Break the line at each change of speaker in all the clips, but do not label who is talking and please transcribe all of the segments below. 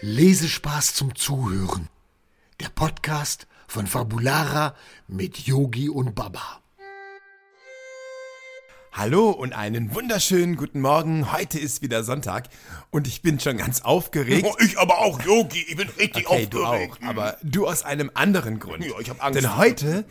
Lesespaß zum Zuhören. Der Podcast von Fabulara mit Yogi und Baba.
Hallo und einen wunderschönen guten Morgen. Heute ist wieder Sonntag und ich bin schon ganz aufgeregt.
Oh, ich aber auch, Yogi. Ich bin richtig
Okay, du
aufgeregt.
auch, aber du aus einem anderen Grund.
Ja, ich hab Angst.
Denn heute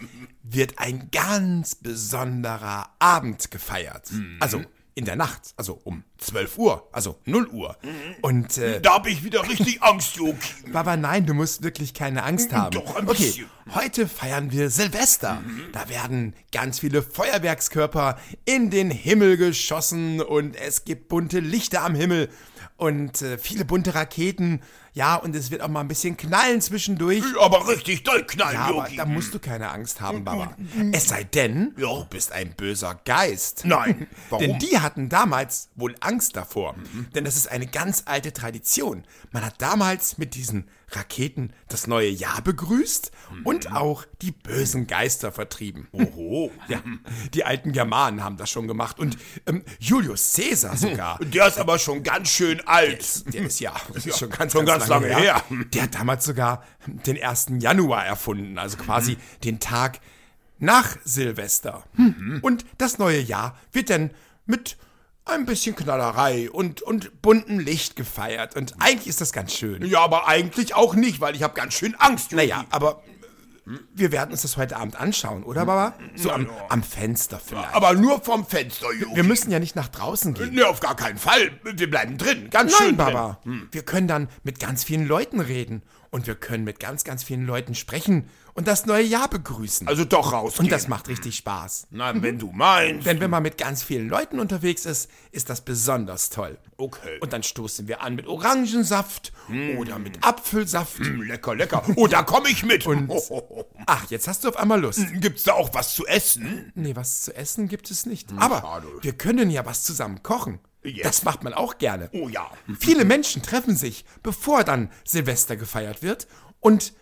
wird ein ganz besonderer Abend gefeiert.
Mhm.
Also in der Nacht, also um 12 Uhr, also 0 Uhr.
Mhm.
Und äh,
Da hab ich wieder richtig Angst, Yogi.
Baba, nein, du musst wirklich keine Angst haben.
Mhm, Doch, ein
okay,
bisschen. Mhm.
heute feiern wir Silvester. Da werden ganz viele Feuerwerkskörper in den Himmel geschossen und es gibt bunte Lichter am Himmel und äh, viele bunte Raketen. Ja, und es wird auch mal ein bisschen knallen zwischendurch.
Aber richtig doll knallen,
Ja, aber
Yogi.
da musst du keine Angst haben, Baba. Es sei denn, du bist ein böser Geist.
Nein. Warum?
Denn die hatten damals wohl Angst davor. Denn das ist eine ganz alte Tradition. Man hat damals mit diesen Raketen das neue Jahr begrüßt
Mhm.
und auch die bösen Geister vertrieben. Oho. Ja, die alten Germanen haben das schon gemacht. Und ähm, Julius Caesar sogar.
Der ist aber schon ganz schön alt.
Der ist ja, das ist schon ganz,
schon
ganz,
ganz
lange,
lange
her. Der hat damals sogar den 1. Januar erfunden, also quasi den Tag nach Silvester. Und das neue Jahr wird dann mit ein bisschen Knallerei und, und buntem Licht gefeiert. Und eigentlich ist das ganz schön.
Ja, aber eigentlich auch nicht, weil ich hab ganz schön Angst, Yogi.
Naja, aber äh, wir werden uns das heute Abend anschauen, oder, Baba? So am, am Fenster vielleicht.
Aber nur vom Fenster, Yogi.
Wir müssen ja nicht nach draußen gehen.
Nee, auf gar keinen Fall. Wir bleiben drin. Ganz
Nein,
schön drin.
Baba. Wir können dann mit ganz vielen Leuten reden. Und wir können mit ganz, ganz vielen Leuten sprechen und das neue Jahr begrüßen.
Also Hm. doch rausgehen.
und das macht richtig Spaß.
Na, wenn du meinst.
Denn wenn man mit ganz vielen Leuten unterwegs ist, ist das besonders toll.
Okay.
Und dann stoßen wir an mit Orangensaft oder mit Apfelsaft.
Hm, lecker, lecker. Oh, da komm ich mit.
Und- Ach, jetzt hast du auf einmal Lust.
Gibt's da auch was zu essen?
Nee, was zu essen gibt es nicht. Aber
Hm, schade.
wir können ja was zusammen kochen.
Ja.
Das macht man auch gerne.
Oh ja.
Viele Menschen treffen sich, bevor dann Silvester gefeiert wird, und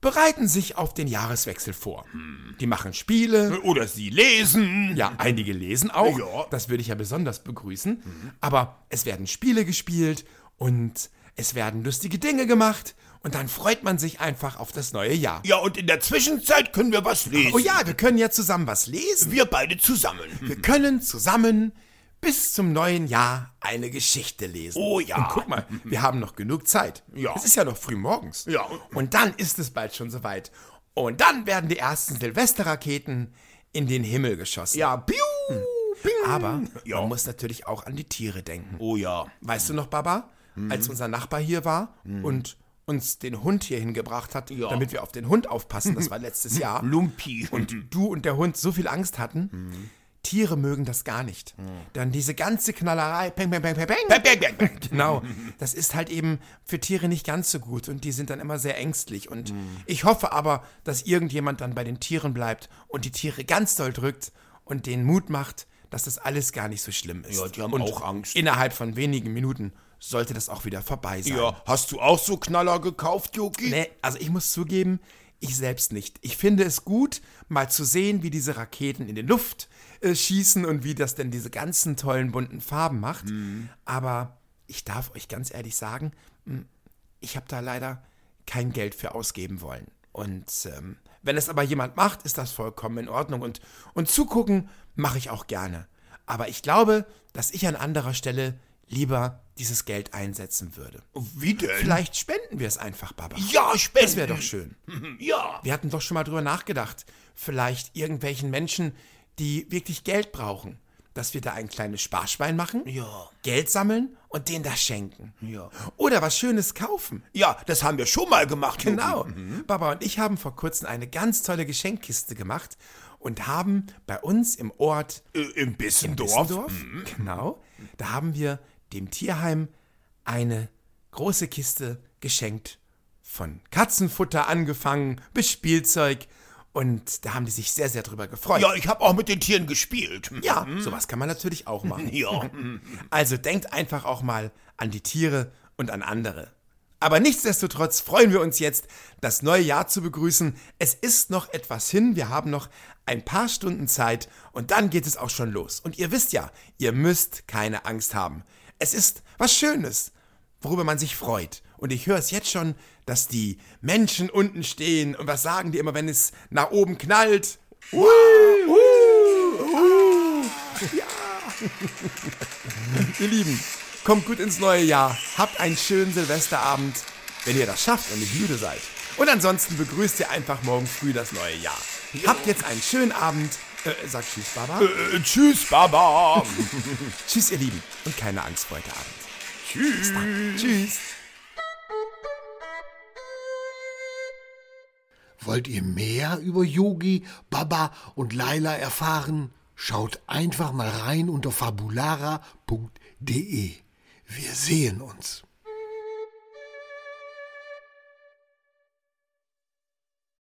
bereiten sich auf den Jahreswechsel vor.
Hm.
Die machen Spiele,
Oder sie lesen.
ja, einige lesen auch,
Hm. Ja. Hm.
das würde ich ja besonders begrüßen, aber es werden Spiele gespielt und es werden lustige Dinge gemacht und dann freut man sich einfach auf das neue Jahr.
Ja, und in der Zwischenzeit können wir was lesen.
Oh ja, wir können ja zusammen was lesen.
Wir beide zusammen.
Wir können zusammen bis zum neuen Jahr eine Geschichte lesen.
Oh ja.
Und guck mal, wir haben noch genug Zeit.
Ja.
Es ist ja noch früh morgens.
Ja.
Und dann ist es bald schon soweit. Und dann werden die ersten Silvesterraketen in den Himmel geschossen.
Ja, piu.
Aber
Ja.
man muss natürlich auch an die Tiere denken.
Oh ja.
Weißt du noch, Baba,
Mhm.
als unser Nachbar hier war und uns den Hund hier hingebracht hat, damit wir auf den Hund aufpassen, das war letztes Jahr.
Lumpi.
und du und der Hund so viel Angst hatten,
Mhm.
Tiere mögen das gar nicht. Dann diese ganze Knallerei, peng, peng, peng, peng, peng. Genau, das ist halt eben für Tiere nicht ganz so gut und die sind dann immer sehr ängstlich. Und
Mhm.
ich hoffe aber, dass irgendjemand dann bei den Tieren bleibt und die Tiere ganz doll drückt und denen Mut macht, dass das alles gar nicht so schlimm ist.
Ja, die haben
und
auch Angst.
Innerhalb von wenigen Minuten sollte das auch wieder vorbei sein.
ja, hast du auch so Knaller gekauft, Joki?
Nee, also ich muss zugeben, ich selbst nicht. Ich finde es gut, mal zu sehen, wie diese Raketen in die Luft äh, schießen und wie das denn diese ganzen tollen bunten Farben macht. Aber ich darf euch ganz ehrlich sagen, mh, ich habe da leider kein Geld für ausgeben wollen. Und ähm, wenn es aber jemand macht, ist das vollkommen in Ordnung. Und, und zugucken mache ich auch gerne. Aber ich glaube, dass ich an anderer Stelle lieber dieses Geld einsetzen würde.
Wie denn?
Vielleicht spenden wir es einfach, Baba.
Ja, spenden.
Das wäre doch schön.
Ja.
Wir hatten doch schon mal drüber nachgedacht. Vielleicht irgendwelchen Menschen, die wirklich Geld brauchen. Dass wir da ein kleines Sparschwein machen,
Ja.
Geld sammeln und denen das schenken.
Ja.
Oder was Schönes kaufen.
Ja, das haben wir schon mal gemacht, Yogi.
Genau. Baba und ich haben vor kurzem eine ganz tolle Geschenkkiste gemacht und haben bei uns im Ort
Äh, Im Bissendorf.
Bissendorf, genau, da haben wir dem Tierheim eine große Kiste geschenkt. Von Katzenfutter angefangen bis Spielzeug. Und da haben die sich sehr, sehr drüber gefreut.
Ja, ich habe auch mit den Tieren gespielt.
Ja, sowas kann man natürlich auch machen.
Ja.
Also denkt einfach auch mal an die Tiere und an andere. Aber nichtsdestotrotz freuen wir uns jetzt, das neue Jahr zu begrüßen. Es ist noch etwas hin, wir haben noch ein paar Stunden Zeit und dann geht es auch schon los. Und ihr wisst ja, ihr müsst keine Angst haben. Es ist was Schönes, worüber man sich freut Und ich höre es jetzt schon, dass die Menschen unten stehen. Und was sagen die immer, wenn es nach oben knallt? Hui, hui, hui. Ja. Ihr Lieben, kommt gut ins neue Jahr. Habt einen schönen Silvesterabend, wenn ihr das schafft und nicht müde seid. Und ansonsten begrüßt ihr einfach morgen früh das neue Jahr. Habt jetzt einen schönen Abend. Äh, sagt Tschüss, Baba.
Äh, tschüss, Baba.
Tschüss, ihr Lieben. Und keine Angst vor heute Abend.
tschüss.
Tschüss.
Wollt ihr mehr über Yogi, Baba und Laila erfahren? Schaut einfach mal rein unter fabulara.de. Wir sehen uns.